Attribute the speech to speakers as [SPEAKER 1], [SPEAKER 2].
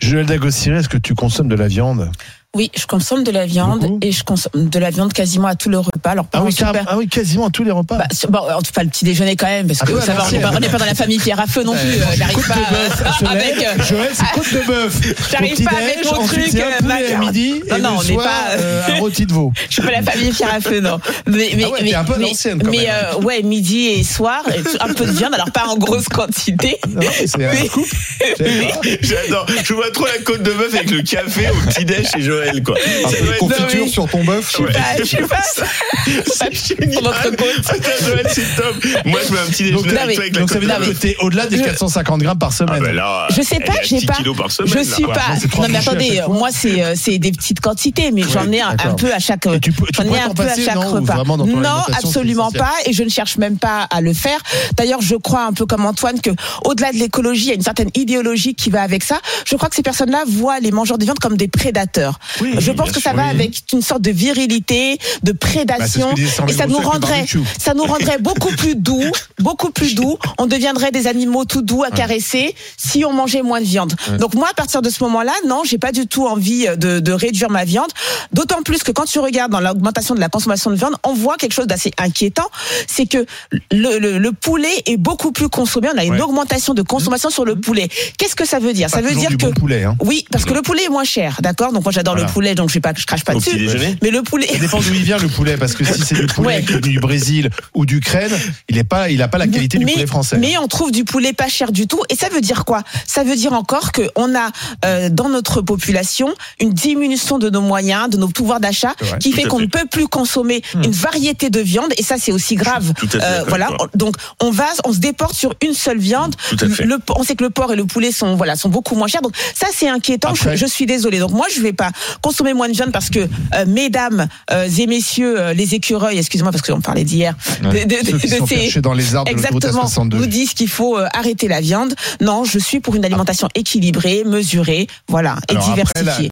[SPEAKER 1] Joël Dagossiré, est-ce que tu consommes de la viande
[SPEAKER 2] Oui, je consomme de la viande
[SPEAKER 1] Beaucoup
[SPEAKER 2] et je consomme de la viande quasiment à tout le repas. Alors, pas
[SPEAKER 1] ah
[SPEAKER 2] au
[SPEAKER 1] oui,
[SPEAKER 2] super-
[SPEAKER 1] carrément- ah oui, quasiment à tous les repas.
[SPEAKER 2] Bah, sur- bon, en tout cas, le petit déjeuner quand même, parce
[SPEAKER 1] Ah
[SPEAKER 2] que
[SPEAKER 1] ouais,
[SPEAKER 2] ça va,
[SPEAKER 1] merci.
[SPEAKER 2] on n'est pas- on n'est pas dans la famille Pierre à feu non plus. euh, J'arrive pas
[SPEAKER 1] Eh ben,
[SPEAKER 2] euh, avec. euh,
[SPEAKER 1] Joël, c'est côte de bœuf.
[SPEAKER 2] J'arrive
[SPEAKER 1] Au petit
[SPEAKER 2] pas avec
[SPEAKER 1] déj,
[SPEAKER 2] mon
[SPEAKER 1] ensuite,
[SPEAKER 2] truc,
[SPEAKER 1] c'est un
[SPEAKER 2] euh,
[SPEAKER 1] poulet
[SPEAKER 2] Mac.
[SPEAKER 1] à midi
[SPEAKER 2] Non,
[SPEAKER 1] et
[SPEAKER 2] non,
[SPEAKER 1] le
[SPEAKER 2] on n'est
[SPEAKER 1] soir,
[SPEAKER 2] pas, euh,
[SPEAKER 1] euh, un rôti de veau.
[SPEAKER 2] Je suis pas la famille Pierre à feu, non. Mais, mais,
[SPEAKER 1] Ah ouais, t'es un peu à l'ancienne, quand
[SPEAKER 2] mais,
[SPEAKER 1] même.
[SPEAKER 2] euh, ouais, midi et soir, et tout- un peu de viande, alors pas en grosse quantité.
[SPEAKER 1] Non, mais c'est un
[SPEAKER 2] Mais-
[SPEAKER 1] couple.
[SPEAKER 2] mais-
[SPEAKER 3] J'adore. Je vois trop la côte de bœuf avec le café au petit déj chez Joël, quoi.
[SPEAKER 4] Un
[SPEAKER 3] Ça
[SPEAKER 4] peu
[SPEAKER 3] doit
[SPEAKER 4] de
[SPEAKER 3] être-
[SPEAKER 4] confiture
[SPEAKER 2] oui.
[SPEAKER 4] sur ton bœuf.
[SPEAKER 3] Ouais.
[SPEAKER 2] Bah, je sais pas.
[SPEAKER 3] C'est génial.
[SPEAKER 2] Pour notre côte.
[SPEAKER 3] Ah, Attends, Joël, c'est top. Moi, je mets un petit déjeuner
[SPEAKER 1] Donc,
[SPEAKER 2] non,
[SPEAKER 3] avec
[SPEAKER 2] mais-
[SPEAKER 3] toi avec la
[SPEAKER 1] Donc ça
[SPEAKER 3] côte
[SPEAKER 1] veut
[SPEAKER 3] de
[SPEAKER 1] dire
[SPEAKER 3] bœuf.
[SPEAKER 1] que t'es au-delà des 450 grammes par
[SPEAKER 3] Ah,
[SPEAKER 1] semaine.
[SPEAKER 3] bah là,
[SPEAKER 2] Je sais
[SPEAKER 3] elle
[SPEAKER 2] pas,
[SPEAKER 3] est à
[SPEAKER 2] j'ai
[SPEAKER 3] 10
[SPEAKER 2] pas-
[SPEAKER 3] kilos par semaine,
[SPEAKER 2] Je
[SPEAKER 3] là.
[SPEAKER 2] suis
[SPEAKER 3] Ah,
[SPEAKER 2] pas.
[SPEAKER 1] non, c'est trop
[SPEAKER 2] Non, mais
[SPEAKER 1] touché à
[SPEAKER 2] attendez,
[SPEAKER 1] chaque fois.
[SPEAKER 2] moi, c'est euh, c'est des petites quantités, mais j'en ai un, un
[SPEAKER 1] d'accord.
[SPEAKER 2] peu à chaque.
[SPEAKER 1] Et tu peux- tu
[SPEAKER 2] j'en ai
[SPEAKER 1] pourrais
[SPEAKER 2] un
[SPEAKER 1] t'en
[SPEAKER 2] peu
[SPEAKER 1] passer,
[SPEAKER 2] à chaque
[SPEAKER 1] non, ou
[SPEAKER 2] repas.
[SPEAKER 1] vraiment dans ton
[SPEAKER 2] non,
[SPEAKER 1] alimentation, c'est
[SPEAKER 2] absolument
[SPEAKER 1] essentiel.
[SPEAKER 2] pas, et je ne cherche même pas à le faire. D'ailleurs, je crois un peu comme Antoine que, au-delà de l'écologie, il y a une certaine idéologie qui va avec ça. Je crois que ces personnes-là voient les mangeurs de viande comme des prédateurs.
[SPEAKER 1] Oui,
[SPEAKER 2] je
[SPEAKER 1] bien
[SPEAKER 2] pense que ça
[SPEAKER 1] sûr,
[SPEAKER 2] va
[SPEAKER 1] oui.
[SPEAKER 2] avec une sorte de virilité, de
[SPEAKER 1] Bah, c'est ce
[SPEAKER 2] prédation,
[SPEAKER 1] que disait Sandrine
[SPEAKER 2] et ça nous
[SPEAKER 1] Rousseau avec le
[SPEAKER 2] rendrait
[SPEAKER 1] barbecue.
[SPEAKER 2] ça nous rendrait beaucoup plus doux, beaucoup plus doux. On deviendrait des animaux tout doux à caresser si on mangeait moins de viande. Donc moi, à partir de ce moment-là, non, j'ai pas du tout envie euh, de, de réduire ma viande. D'autant plus que quand tu regardes dans l'augmentation de la consommation de viande, on voit quelque chose d'assez inquiétant, c'est que le, le- le poulet est beaucoup plus consommé. On a une
[SPEAKER 1] Ouais. Mmh.
[SPEAKER 2] augmentation de consommation sur le poulet. Qu'est-ce que ça veut dire Ça
[SPEAKER 1] Pas
[SPEAKER 2] veut
[SPEAKER 1] Ah, toujours
[SPEAKER 2] dire
[SPEAKER 1] du
[SPEAKER 2] que
[SPEAKER 1] bon poulet, hein.
[SPEAKER 2] oui, parce que le poulet est moins cher, d'accord. Donc moi j'adore
[SPEAKER 1] Voilà.
[SPEAKER 2] le poulet, donc je vais pas, je crache pas
[SPEAKER 3] Au
[SPEAKER 2] dessus.
[SPEAKER 3] petit déjeuner
[SPEAKER 2] Mais le poulet.
[SPEAKER 1] Ça dépend d'où il vient le poulet, parce que si c'est du poulet
[SPEAKER 2] Ouais.
[SPEAKER 1] qui est venu du Brésil ou d'Ukraine, il n'est pas, il a pas la qualité du
[SPEAKER 2] mais,
[SPEAKER 1] poulet français. hein.
[SPEAKER 2] Mais on trouve du poulet pas cher du tout. Et ça veut dire quoi Ça veut dire encore que on a euh, dans notre population une diminution de nos moyens, de nos pouvoirs d'achat,
[SPEAKER 1] C'est vrai, Hmm.
[SPEAKER 2] qui
[SPEAKER 3] tout
[SPEAKER 2] fait
[SPEAKER 3] à
[SPEAKER 2] qu'on
[SPEAKER 3] fait.
[SPEAKER 2] ne peut plus consommer une variété de viande. Et ça, c'est aussi grave. Euh,
[SPEAKER 3] tout à fait d'accord
[SPEAKER 2] voilà.
[SPEAKER 3] avec toi.
[SPEAKER 2] On- Donc on va, on se déporte sur une seule viande.
[SPEAKER 3] Tout à fait.
[SPEAKER 2] Le, on sait que le porc et le poulet sont voilà sont beaucoup moins chers. Donc ça, c'est inquiétant. Je,
[SPEAKER 1] Après-
[SPEAKER 2] je suis désolée. Donc moi, je vais pas consommer moins de viande parce que euh, mesdames euh, et messieurs euh, les écureuils, excusez-moi parce qu'on parlait d'hier.
[SPEAKER 1] Ouais.
[SPEAKER 2] de- de-
[SPEAKER 1] Ceux qui
[SPEAKER 2] de
[SPEAKER 1] sont
[SPEAKER 2] ces-
[SPEAKER 1] perchés dans les arbres de l'autoroute à
[SPEAKER 2] Exactement. Nous
[SPEAKER 1] 62.
[SPEAKER 2] disent qu'il faut euh, arrêter la viande. Non, je suis pour une alimentation équilibrée, mesurée, voilà, et
[SPEAKER 1] Alors après, la-
[SPEAKER 2] diversifiée.